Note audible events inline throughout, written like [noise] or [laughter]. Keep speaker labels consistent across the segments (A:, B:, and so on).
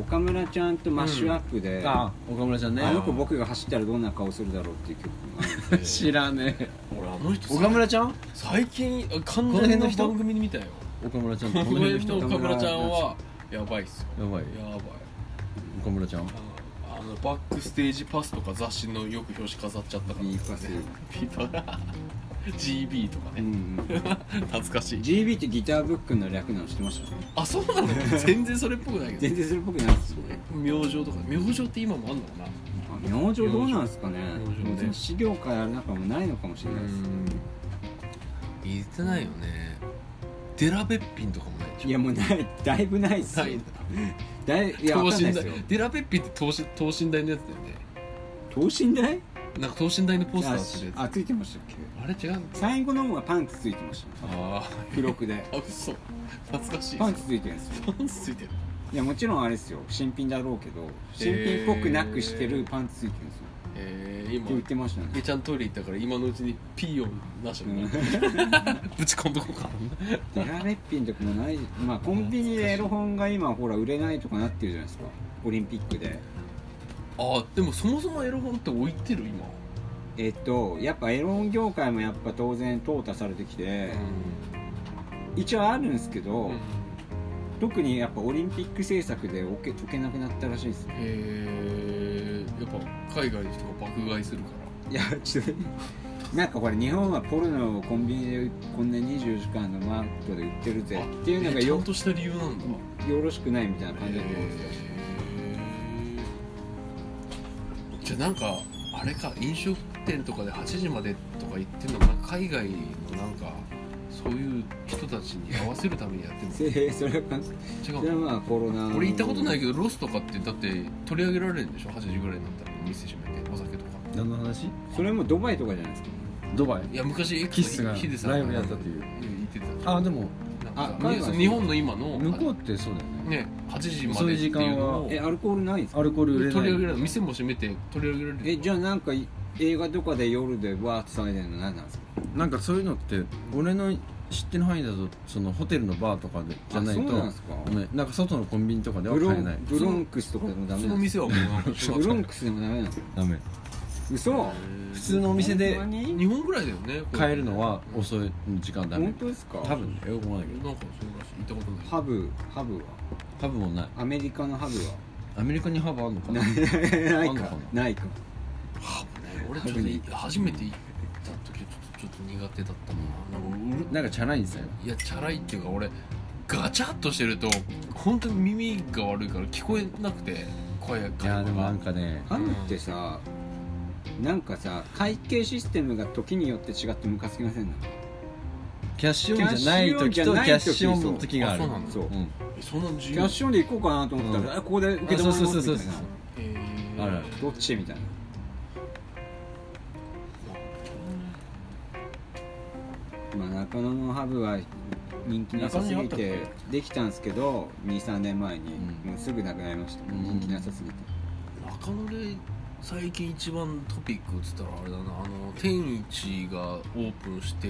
A: 岡村ちゃんとマッシュアップで、
B: あ岡村ちゃんね
A: あの子僕が走ったらどんな顔するだろうっていう曲があるんですよ
B: 知らねえ
C: 俺あの人
B: 岡村ちゃん
C: 最近完
B: この辺
C: 全
B: の
C: の
B: 人
C: 番組で見たよ
B: 岡村ちゃん
C: こ
B: と
C: の
B: この辺の
C: 辺
B: 人
C: の
B: や
C: 岡村ちゃんはやばいっすよ
B: ばい
C: やばい
B: 岡村ちゃん
C: あのあのバックステージパスとか雑誌のよく表紙飾っちゃったから
A: ビーパス
C: ビーパス GB とか
A: う
C: ね
A: んうん
C: 懐か [laughs] しい
A: GB ってギターブックの略なの知ってました
C: あそう
B: [laughs]
C: なの全然それっぽくないけ
A: 全
C: ど
A: 然それっぽくないですよね
C: 明星とか明星って今もあんのかな
A: あ明星どうなんですかね
C: 明星ね
A: もう全然資料会ある中もないのかもしれないです
C: 見てないよねデラベッピンとかもないでしょ
A: いやもうないだいぶないっすよ
C: ないんだ
A: だいいや
C: 等
A: わかんない
C: 身
A: です
C: 大
A: よ
C: デラペッピって等身等身大のやつだよね
A: 等身大
C: なんか等身大のポスターするやつ
A: ああついてましたっけ
C: あれ違うの
A: 最後の方はパンツついてましたね
C: あ
A: 付録で
C: あ嘘懐かしい
A: パンツついてるんですよ
C: パンツついてる
A: いやもちろんあれですよ新品だろうけど新品っぽくなくしてるパンツついてるんですよ
C: え
A: っ
C: ー、
A: て言っ
C: 今
A: てましたね
C: べちゃんトイレ行ったから今のうちにピーをなし
A: う
C: の
A: ん
C: ぶち込んどこうか
A: デラべっぴんとかもないまあコンビニでエロ本が今ほら売れないとかなってるじゃないですかオリンピックで
C: あでもそもそもエロ本って置いてる今
A: えっとやっぱエロ本業界もやっぱ当然淘汰されてきて、一応あるんですけど、
C: うん
A: 特にやっぱオリンピック制作で置け解けなくなったらしいですね
C: えー、やっぱ海外の人が爆買いするか
A: いやちょっとなんかこれ日本はポルノをコンビニでこんな24時間のマーケットで売ってるぜ
C: ら
A: っていうのが
C: えちゃ
A: よ
C: んとした理由なんだ
A: よろしくないみたいな感じだと思うんですよ、
C: えーじゃあなんかあれか飲食店とかで8時までとか言ってるのもなんか海外のなんかそういう人たちに合わせるためにやって
A: せ [laughs]
C: る
A: それは関係
C: の
A: そ
C: 違
A: れ
C: う
A: は
C: の
A: まあコロナ
C: 俺行ったことない
A: け
C: けどロスとかってだって取り上げられるんでしょ8時ぐらいになったら店閉めてお酒とか
B: 何の話
A: どそれもドバイとかじゃないですか
B: ドバイ
C: いや昔
B: キッスが
C: ヒデさん
B: ライブやったっていう
C: 言ってたじゃん
B: あでも
C: なんかさ
A: あ海外
C: 日本の今の
B: 向こうってそうだよね
C: ね8時ま
B: そうい
C: で
B: う
C: ってい
B: 時
C: う
B: 間は
C: のを
A: えアルコールないんですか
B: アルコール売れ
C: 取り上げ
B: な
C: ら
B: い
C: れる店も閉めて取り上げられる
A: えじゃ
C: ゃ
A: あなんかい映画とかで夜でわーって騒いでるの何なんですか
B: なんかそういうのって俺の知ってる範囲だとそのホテルのバーとかでじゃないと
A: あそうなんですか
B: ごめんなんか外のコンビニとかでは
A: ブ
B: 買
A: ロ
B: えない
A: ンブロンクスとかでもダメ
C: そ
A: な
C: の
A: んです
C: 店はもうなんか
A: かブロンクスでもダメなんですか
B: ダメ
A: 嘘
B: 普通のお店で
A: ほんまに
C: 日本ぐらいだよね
B: 買えるのは遅い時間ダメ
A: 本当ですか
B: 多分英語もないけど
C: なんかそうらしい行ったことない
A: ハブハブは
B: 多分もない
A: アメリカのハブは
B: アメリカにハーバーあんのか
A: [laughs]
B: な
A: ない
B: あんの
A: か
B: か
A: ないか
C: 俺ちょっと初めて行った時ちょっとちょっと苦手だったななんか
B: なんかチャラいんですよ
C: うるいやチャラいっていうか俺ガチャっとしてると本当に耳が悪いから聞こえなくて声が
B: いやでもなんかね
A: ハブってさなんかさ会計システムが時によって違ってムカつきませんな
B: キャッシュオンじゃない時とキャッシュオンの時がある
C: あそうなんだ
A: そう
B: うん
C: そんな
A: キ
C: 自
A: ャ
C: 由
A: ッシュオンで行こうかなと思ったら、あここで受け止め
B: あ
A: ます
B: そうそうそうそう
A: みたいな
C: えー
B: あら
A: どっちみたいなまあ中野のハブは人気なさす
C: 中野にあ
A: ぎ
C: ったっけ
A: てできたんですけど23年前に、
B: うん
A: もうすぐなくなりました、
B: うん
A: 人気なさすぎて
C: 中野で最近一番トピックっつったらあれだなあの天一がオープンして、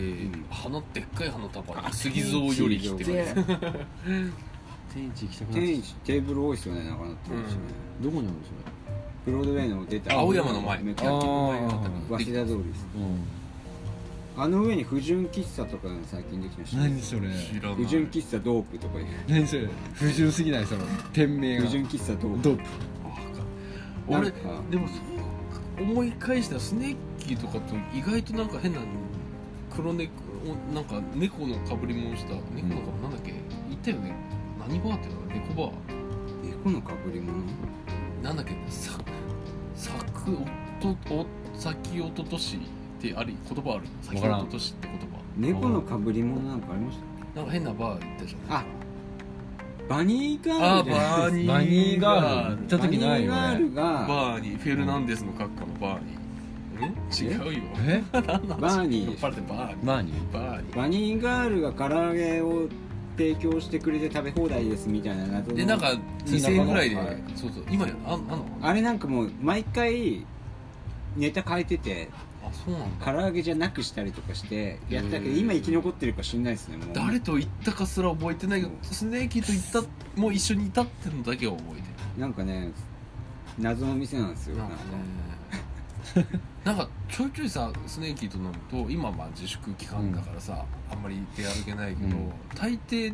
C: 花でっかい花束に杉蔵より来てる
B: 天一行きたく
A: 天一テーブル多いですよね中野って、ね
B: どこにある
A: ブロードウェイの出た
C: 青山の前
A: 向き
B: それ
A: 合
B: あ
A: って
B: あ
A: 早稲田通りです
B: うん
A: あの上に不純喫茶とか最近できましたね
B: 何それ
C: 知らない
A: 不純喫茶ドープとかいう
B: 何それ不純すぎないその店名が
A: 不純喫茶ドープ
B: ドープ
A: なん
C: 俺
A: か
C: でもそう思い返したらスネッキーとかと意外となんか変な黒猫おなんか猫のかぶり物した猫のかぶなんだっけ言ったよね何バーっていうの猫バ
A: 猫のかぶり物
C: ーなんだっけささくおとお先おととしってあり言葉ある先
B: わからん
C: おととしって言葉
A: 猫のかぶり物なんかありました
C: なんか変なバー行ったじゃん
A: あバニーガー
C: あ
A: ルじゃない
C: バーニー
B: バニーガール行った
A: バ
B: 時
A: ニ
B: ない
A: ー
B: よ
A: ガー
B: ね
A: ルが
C: バーニーフェルナンデスの閣下のバーニーん違うよ
B: え
C: 何の話
A: バーニー
C: 酔っ払ってバーニー
B: マーニ
C: バーニー
A: バニーガールが唐揚げを提供してくれて食べ放題ですみたいな謎の
C: でなんか2000円ぐらいで、
A: はい
C: そうそう今やあんあんの
A: あれなんかもう毎回ネタ変えてて
C: ああそうなんだ
A: 唐揚げじゃなくしたりとかしてやったけど
C: うん
A: 今生き残ってるか知んないですねもう
C: 誰と行ったかすら覚えてないけど
A: うん
C: スネーキーと行ったもう一緒にいたってのだけは覚えて
A: なんかね謎の店なんですよ
C: るなんかねなんかちょいちょいさスネーキーと飲むと今まあ自粛期間だからさ、あんまり出歩けないけど、
B: うん
C: 大抵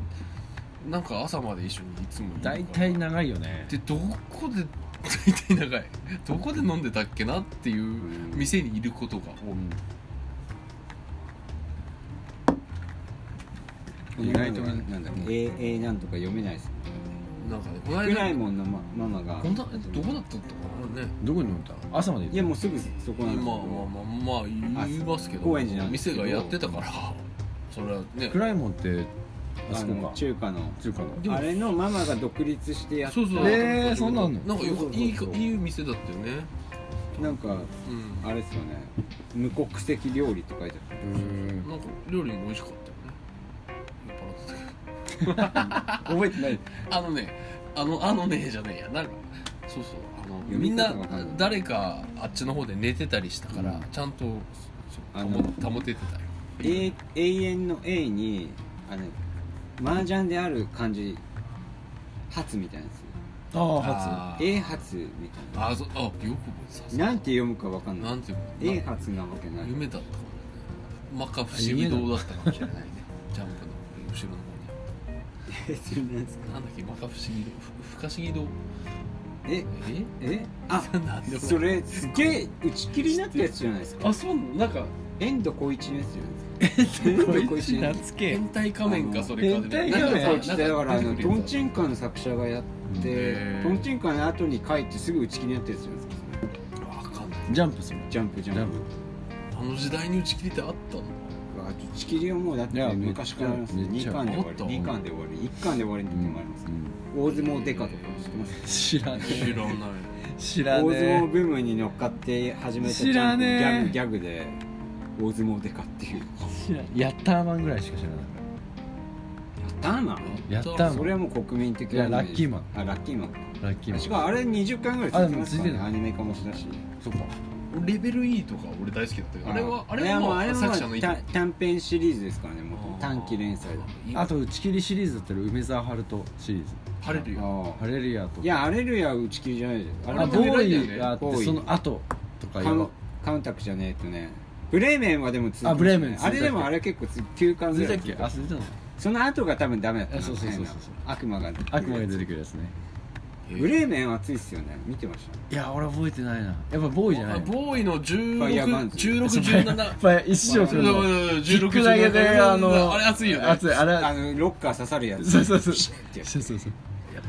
C: なんか朝まで一緒にいつもいるから
D: 大体長いよね
C: でどこで大体長いどこで飲んでたっけなっていううん店にいることが多い、
A: 意外と
B: うん
A: なんだっけ AA なんとか読めないです
C: なんかねこの
A: 少な
C: 間
A: いもんのマママが
C: こんなどこだったかなあれね
B: どこに飲んだ
D: 朝まで
A: いやもうすぐそこ
C: ま
A: な
C: あ
A: んですけど
C: まあまあまあ言いますけど
A: 高円寺なんです
C: 店
A: けど
C: がやってたからそれはね
B: クライモンってあ
A: あ
B: そこ
A: の
B: か
A: 中華の
B: 中華の
C: でも
A: あれのママが独立してやった
C: そうそう
D: えーそんなの
C: なんかよ
A: そうそうそ
C: く
A: う
C: いいかいい店だったよね
A: なんか
C: うん
A: あれですよね無国籍料理って書いてあ
B: うん
C: なんか料理も美味しかったよね酔っ払ってたけ
A: る覚えてない
C: どあのねあのあのねじゃねえやなんかそうそうあの
A: 読
C: み
A: み
C: ん
A: 方が
C: な
A: わかんない
C: 誰かあっちの方で寝てたりしたから、
B: うん
C: ちゃんとそう
A: あ
C: 保
A: の
C: 保ててたよ
A: 永永遠の A にあの麻雀である漢字初みたいなや
D: ああ初
C: あ
A: つ A 初みたいな
C: ああそうあよく覚えてた
A: なんて読むかわかんな
C: ないんていうの
A: A 初なわけない
C: [laughs] 夢だったかもね摩訶不思議堂だったかもしれないねジャンプの後ろの方
A: えそれなんですか
C: になんだっけ摩訶不思議堂ふ不可思議堂
A: え
C: え [laughs]
A: えあ
C: なんでも
A: それすげえ打ち切りになったやつじゃないですか
C: あそうなんか
A: 遠藤浩一のやつじゃないですか遠藤浩一のやつ
D: 夏系
C: 変態仮面
A: あ
C: か
A: の
C: それか
D: 変態仮面
A: そうだからあのトンチ
C: ン
A: ンカンの作者がやって
C: へー
A: トンチンカンの後に書いてすぐ打ち切りになったやつじゃないですか
C: わかんない
B: ジャンプする
A: ジャンプジャンプ
C: あの時代に打ち切りってあったの
A: あ打ち切りはもうだっ
B: いや
A: て昔からあります
B: めっ
A: 2
B: ちゃ
A: 巻で終わ
C: もっ
A: り
C: と
A: 二巻で終わり1巻で終わりの時もあります大相撲デカとか知ってます
D: 知らね
C: 知らない
D: え知
A: 大
D: ら
A: 相撲
D: ね
A: ブームに乗っかって始めた
D: 知らねえ
A: ジャンプギャグギャグで大相撲デカっていう
D: え知らヤッターマンぐらいしか知らない
A: ダーマン
D: やった
A: それはもう国民的
D: いやラッキーマン
A: ンあラッキーマン
B: ラッキーマン
A: しかもあれ20巻ぐらい続いてますからね
D: あでも続いてる
A: アニメ化もしだし
B: そっか
C: レベル E とか俺大好きだったけどあれはあれは
A: も
C: も
A: うあれ
C: う
A: は
C: 作者の意図
A: た短編シリーズですからねもう短期連載だ
B: あと打ち切りシリーズだったら梅沢春人シリーズ
C: 晴れるよ
A: あ
B: ハレルヤと
A: あ
B: か
A: いやアレルヤは打ち切りじゃないです
C: あ
A: あ
C: れ
A: れ
B: あ
A: も
B: ボーイがあっ
A: ボー
B: て
A: イ
B: その後とか
A: カ
B: よ
A: ウカウンタクじゃねえとねブレーメンはでも続く
B: あブレーメン
A: あれでもあれ結構9巻
B: 忘
A: ぐ
B: れ
A: ら
B: た
A: い
B: っけあ忘れたの
A: その後が多分ダメだったな
B: あそうそうそうそう
A: 変な悪魔が
B: 悪魔が出てくるやつね
A: ブレーメンは熱いっすよね見てました
B: いや俺覚えてないなやっぱボーイじゃな
C: あ
B: い
C: ボーイの
A: ファイヤーバンズ
C: 1617
B: っぱい一生くんのキック投げであの
C: あれ熱いよね
B: 熱いあれ
A: あのロッカー刺さるやつ
B: そうそうそう
A: [laughs] シュッてやつ
B: そうそうそう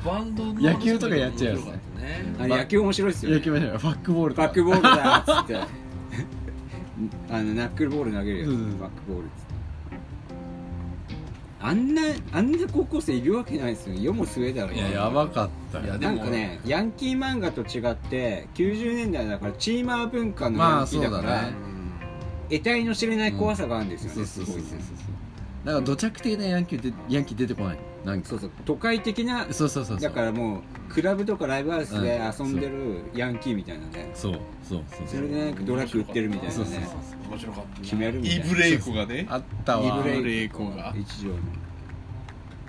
C: バンドの
B: 野球とかやっちゃうやつ
C: 面白
B: ね
C: かったね
A: あれ野球面白いっすよね
B: 野球もじゃないバックボールとか
A: バックボールだっつって [laughs] あのナックルボール投げるやつ
B: そうそうそう
A: バックボールっつってあんなあんな高校生いるわけないですよ世も末だろ
B: いややばかった
C: いや
B: よ
C: で
A: な
C: も
A: んかねヤンキー漫画と違って90年代だからチーマー文化の
B: まあ
A: ヤンキーだから、
B: そうだね
A: 得体の知れない怖さがあるんですよね、
B: そうそうそうそう
A: す
B: そ
A: ご
B: う
A: いね
B: なんか土着的なヤンキーでヤンキー出てこないなんか
A: そうそう都会的な
B: そうそうそうそう
A: だからもうクラブとかライブハウスで遊んでるヤンキーみたいなね
B: そうそうそう
A: それでなんかドラッグ売ってるみたいな
B: そう
A: ね
B: そう
C: 面白かった
A: 決めるみたい
C: イ
A: な
C: ブレイコがね
B: あった
A: イ
B: わ
A: ブ
C: レ
A: レ
C: イ
A: イ
C: コ
A: コ
C: が
A: が一条の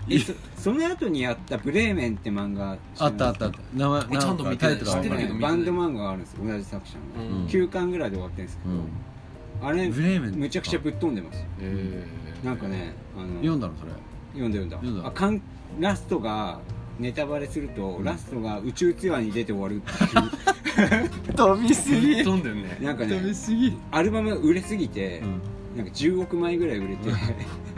A: えそその後にやった「ブレーメン」って漫画
B: あったあったあった名前
C: 俺ちゃんと見て
B: な
C: なんい
B: かタイトルは
C: 知ってるけど見てない
A: バンド漫画があるんですよ同じ作者
C: う
A: の、
C: ん
B: ん
A: 9巻ぐらいで終わってるんですけ
B: う
A: ど、
B: ん
A: あれ
B: ブレーメン
A: むちゃくちゃぶっ飛んでます
C: えー
A: なんかねあの
B: 読んだのそれ
A: 読んだ読んだ
B: 読んだ
A: あかんラストがネタバレすると、ラストが宇宙ツアーに出て終わるって
B: 飛びす
C: 吹っ飛んでるね
B: [laughs]
A: いうなんか
B: 飛び
A: ね
B: すぎ
A: アルバムが売れすぎて、
B: うん
A: なんか10億枚ぐらい売れて [laughs]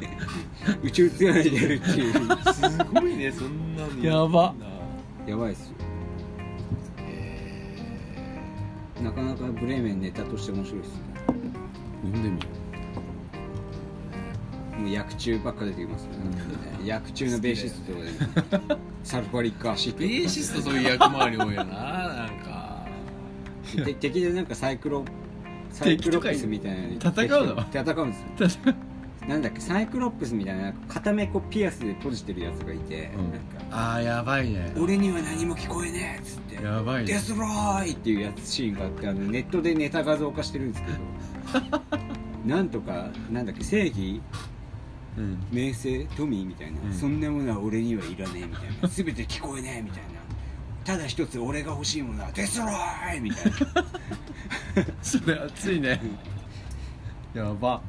A: 宇宙ツアーに出るっていう
B: [laughs]
C: すごいねそんなの
D: やば
A: やばいっすよなかなかブレーメンネタとして面白いっすよ
B: 読んでみる
A: ねもう薬中ばっか出てきますね薬中のベーシストで、サルファリックアシッド
C: ベーシストそういう役回り多いよななんか
A: て敵でなんかサイクロサイクロプスみたいなのに
B: 敵とか戦うの
A: 戦うんですよなんだっけサイクロプスみたいな片目こうピアスで閉じてるやつがいて、
B: うん
A: なんか
B: あーやばいね
A: 「俺には何も聞こえねえ」っつって
B: や
A: 「
B: ばい
A: デ
B: ね
A: ストロイ!」っていうやつシーンがあってあのネットでネタ画像化してるんですけど
B: [laughs]
A: なんとかなんだっけ正義
B: うん
A: 名声富みたいな、
B: うん
A: そんなものは俺にはいらねえみたいな全て聞こえねえみたいなただ一つ俺が欲しいものはデストロイみたいな
B: [laughs] それ熱いね
D: やば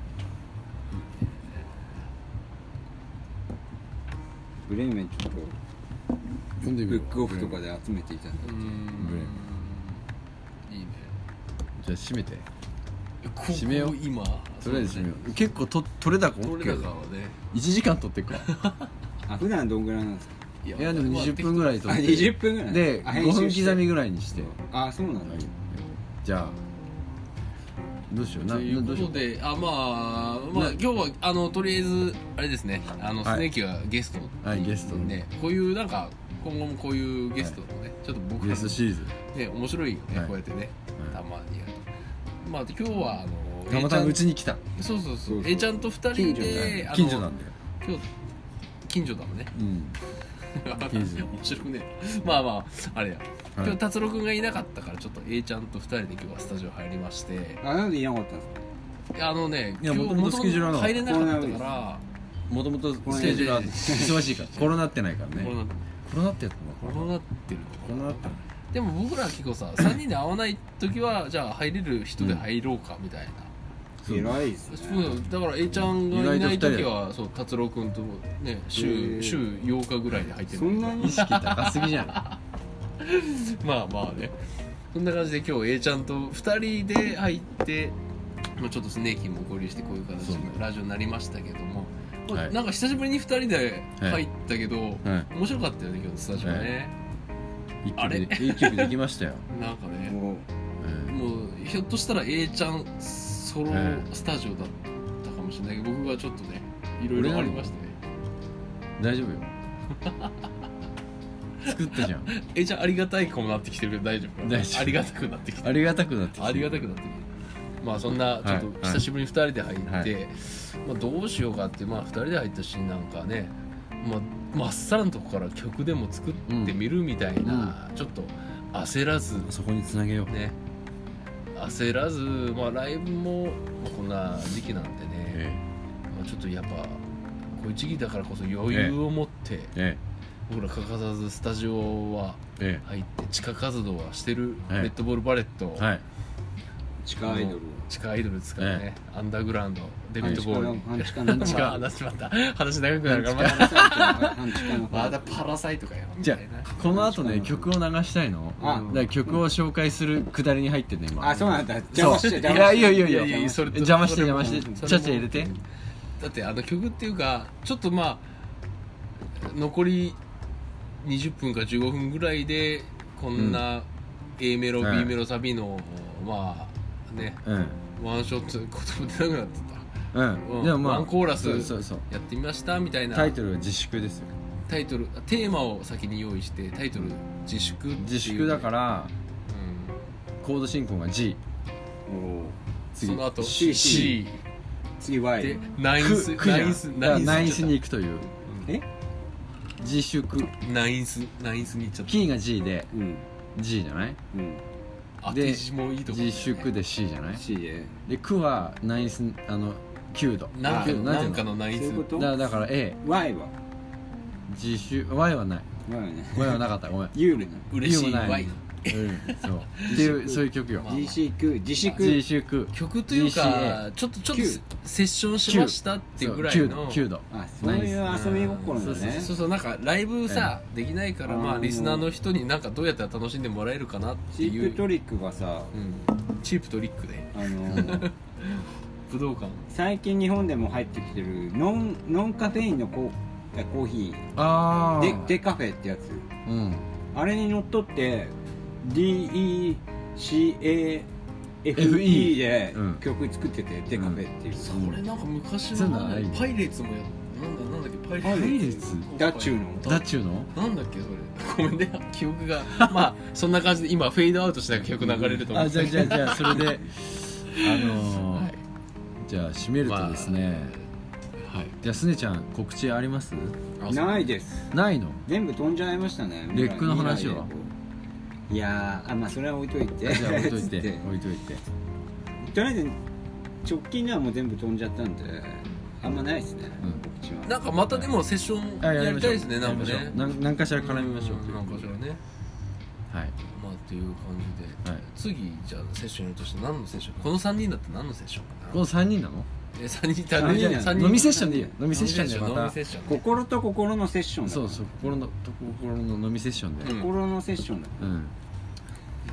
A: ブレーメンちょっと
B: 読んでみ
A: ブ
B: る
A: ックオフとかで集めていただいて
C: うー
B: ブレ
C: ん
B: ン
C: いいね
B: じゃあ閉めて
C: こ
B: 締めよう
C: こ今
B: とりあえず閉めよう結構と取れたか
C: 取れ高はね
B: 1時間取ってっか
A: あ普段どんぐらいなんですか
C: い
B: いやでも20分ぐらい
A: あ
B: 取って
A: 20分ぐらい
B: で
A: あ
B: 5
A: 編
B: 分
A: 集して
B: 刻みぐらいにして
A: あそうなんだ、
B: じゃあどうしような
C: という
B: ど
C: こ
B: うしよ
C: とで、あ、まあ、まあ、今日は、あの、とりあえず、あれですね、あの、
B: はい
C: スネーキがゲスト。
B: うはいゲストの
C: ね、こういう、なんか、今後もこういうゲストのね、ちょっと僕
B: ゲ
C: ら
B: ス
C: も
B: トシリーズ
C: ね、面白いよね、
B: はい
C: こうやってね、た
B: は
C: まにやると。まあ、今日は、あの、
B: いたまたまうちに来た
C: そうそうそ
A: そう
C: う、
A: そう
C: えちゃんと二人
A: 近所
C: で、あの
B: 近所なんだよ
C: 今日、近所だもんね。
B: うん近所
C: [laughs] 面白くね。まあまあ、あれや。
B: はい
C: 今日、達郎くんがいなかったから、ちょっと A ちゃんと二人で今日はスタジオ入りまして、
A: あなんでいなかったんですか
C: あのね、
B: いや
C: 今日
B: 元々スケジュールなの
C: 入れなかったから、
B: もともとスケジュールあって忙しいからコロナってないから
C: コロ
B: ね
C: ナ
B: コロナってやっ
C: コ
B: たのかな
C: ロナってる
B: コロナってない
C: でも僕らは結構さ3人で会わない時はじゃあ入れる人で入ろうかみたいな、
B: そう
A: 偉いですね
C: そうだから A ちゃんがいない
B: 意外と二
C: 時
B: 人
C: はそう達郎君とね
A: へ
C: 週
A: ー
C: 週8日ぐらいで入ってる
A: そんなに
B: 意識高すぎじゃない
C: まあまあねそんな感じで今日 A ちゃんと2人で入って、まあ、ちょっとスネーキーも合流してこういう形
B: そう
C: で
B: ね
C: ラジオになりましたけども、まあ
B: はい
C: なんか久しぶりに2人で入ったけど、
B: は
C: 面白かったよね今日のスタジオね、
B: い一
C: あれ
B: 曲でいい曲できましたよ
C: なんかね
A: もう
B: うん
C: もうひょっとしたら A ちゃんソロ
B: ええ
C: スタジオだったかもしれないけど僕がちょっとねいろいろありましたね
B: 大丈夫よ作ったじゃん
C: A ちゃんありがたい子もなってきてるけど大丈夫かな
B: 大丈夫
C: ありがたくなってきて
B: ありがたくなってきた
C: ありがたくなってきてまあそんなちょっ
B: はい
C: と久しぶりに2人で入って、
B: はい
C: まあ、どうしようかってまあ2人で入ったしなんかねまあまっさらのとこから曲でも作ってみるみたいな、ちょっと焦らず
B: そこにつなげよう
C: ね焦らず、まあ、ライブも、まあこんな時期なんでね、
B: え
C: まあ、ちょっとやっぱこういう時期だからこそ余裕を持って
B: ええ
C: 僕ら欠かさずスタジオは
B: ええ
C: 入って地下活動はしてるレ
B: ええ
C: ッドボールバレット、
B: えはい
A: 地下アイドル
C: 地下アイドルですからね、アンダーグラウンドデビッドボールに
A: 半地下の半地
C: 地
A: 下
C: 下
A: の
C: 話しまった話長くなるからまた
A: 半地下の
C: [laughs] またパラサイトかよみた
B: じゃ
C: いな
B: この後ね曲を流したいの
A: あ
B: だから曲を紹介するくだりに入ってんね今
A: あそうなんだ邪魔して
B: い
A: 邪魔
B: や
A: して
B: いやいやいや
C: いやいやそれ
B: 邪魔して邪魔して
C: それも
B: ちゃちゃ入れて
C: だってあの曲っていうかちょっとまあ残り20分か15分ぐらいでこんな A メロ、
B: はい
C: B メロサビのまあね
B: うん
C: ワンショット言葉出なくなって
B: う
C: うん
B: んでもまあ
C: ワンコーラス
B: そうそうそう
C: たやってみましたみたいな
B: タイトルは自粛ですよ
C: タイトルあテーマを先に用意してタイトル自粛っていう、
B: 自粛だからら
C: う
B: コード進行が G
A: おー
C: ん、その後
A: C
C: C
A: 次 Y
C: でナインス
B: くくじゃ
C: ナ
B: ん
C: インス
B: だからナ
C: ナイ
B: イ
C: ン
B: ン
C: ス
B: スに行くという
A: え
B: 自粛
C: ナインスナインスに行っちゃっ
B: キーが G で
A: うん
B: G じゃない
A: うん
C: た当
B: で
C: て字もいいとこだよね
B: 自粛で C じゃない
A: C で
B: で9はナインスあの9度
C: なんか
B: 9度
C: な
B: てい
C: ん
B: う
C: かのナ
A: そう
C: イン
A: い
C: ス
A: うこと
B: だだから A
A: Y は
B: 自粛 Y はない
A: Y はね
B: Y はなかっ
C: [laughs]
B: たごめん
A: U ね
C: 嬉しい
B: U もない
C: わい
B: うんそうっていうそういう曲よ
C: まあ
A: 自粛自
B: 自
A: 粛
B: 粛
C: 曲というかちょっとちょっと
A: 九
C: セッションしましたっていうぐらいの
B: 9度
A: あそういう遊び心
C: そう
A: だ
C: そう
A: ね
C: そうそうなんかライブさできないからまあ
A: うん
C: リスナーの人になんかどうやったら楽しんでもらえるかなって
A: チ
C: い
A: ー
C: う
A: プトリックがさ
C: うんチープとリックで
A: あの
C: 武道館
A: 最近日本でも入ってきてるノンノンカフェインのコーコーヒ
B: あ
A: ー
B: あ
A: でデカフェってやつ
B: うん
A: あれにのっとって DECAFE で
B: うん
A: 曲作っててデカフェっていう
C: それなんか昔
B: そ
C: の
B: うだね
C: パイレーツもやなんだなんだっけパイレ
A: パイレ
B: ーツ
A: ダチューの
B: だっちゅうの
C: なんだっけそれごめんね記憶が [laughs] まあそんな感じで今フェードアウトしながら曲流れると思う
B: あじゃあじゃあじ
C: [laughs]
B: ゃあそれであのー
C: はい
B: じゃあ締めるとですね、
C: はい
B: じゃあすねちゃん告知あります
C: あそう
A: ないです
B: ないの
A: 全部飛んじゃいましたね
B: レックの話はい
A: やーあまあそれは置いといて
C: [laughs]
B: じゃあ置いと
A: [laughs]
B: い
A: つって
B: て置いといて
A: とりあえず直近ではもう全部飛んじゃったんであんまないですね、
B: うん
A: 告知は
C: なんかまたでもセッション
B: あ
C: やり
B: りま
C: た
B: しょ
C: いうですねなんか
B: やり
C: ね
B: ましょうなん何かしら絡みましょう
C: なんかしらね
B: はい
C: まあっていう感じで
B: はい
C: 次じゃあセッションやるとして何のセッションこの3人だって何のセッションか
B: こ
C: な
B: の3人なの
C: え3人だ
A: あ
C: ね
A: じゃあ
C: 三人
B: 飲みセッションでいいよ飲みセッションでま
C: 飲み
B: た
C: セッションね
A: 心と心のセッションだか
B: そ
A: ら
B: うそう心のと心の飲みセッションで
C: うん
A: 心のセッションだか
B: うん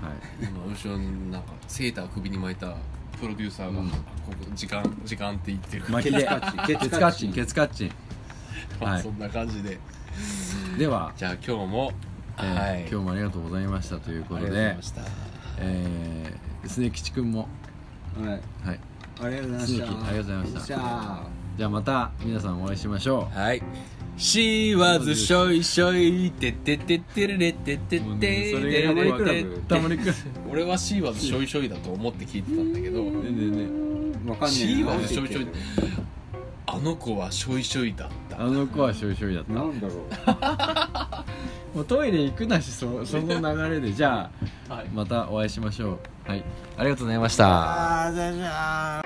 B: はい
C: 今後ろになんかセーターを首に巻いたプロデューサーが、
B: うん
C: ここ時間時間って言ってる
A: ら
B: 巻
A: ケ
B: き
A: ツ
B: で
A: カッチン
B: ケツカッチンケツカッチ
C: まあ
B: [laughs] はい
C: そんな感じで
B: ンでは、
C: じゃあ今日も、
B: えー
C: はい
B: 今日もありがとうございましたというこ
C: あ
B: と
C: りがとうござい
B: で
C: ました
B: えー、スネ吉くんも
A: はい
B: はい
A: ありがとうございま
B: 鈴
A: し
B: 木
A: た
B: ありがとうございました
A: じゃあ
B: じゃあまた皆さんお会いしましょ
C: はい She was しょいしょいててててれれててて
B: もうね
C: て
B: それ
A: がやばいクラブ
B: うた
C: [laughs]
B: まにくんね
C: 俺は She was しょいしょいだと思って聞いてたんだけど
B: えねえねえ
A: わかんね
C: C
A: えな
C: はちょいちょいあの子はしょいしょいだった
B: あの子はしょいしょいだった
A: なんだろう
B: もうトイレ行くなしそ [laughs] その流れでじゃあ、
C: はい
B: またお会いしましょうはいありがとうございました
A: ああ大丈夫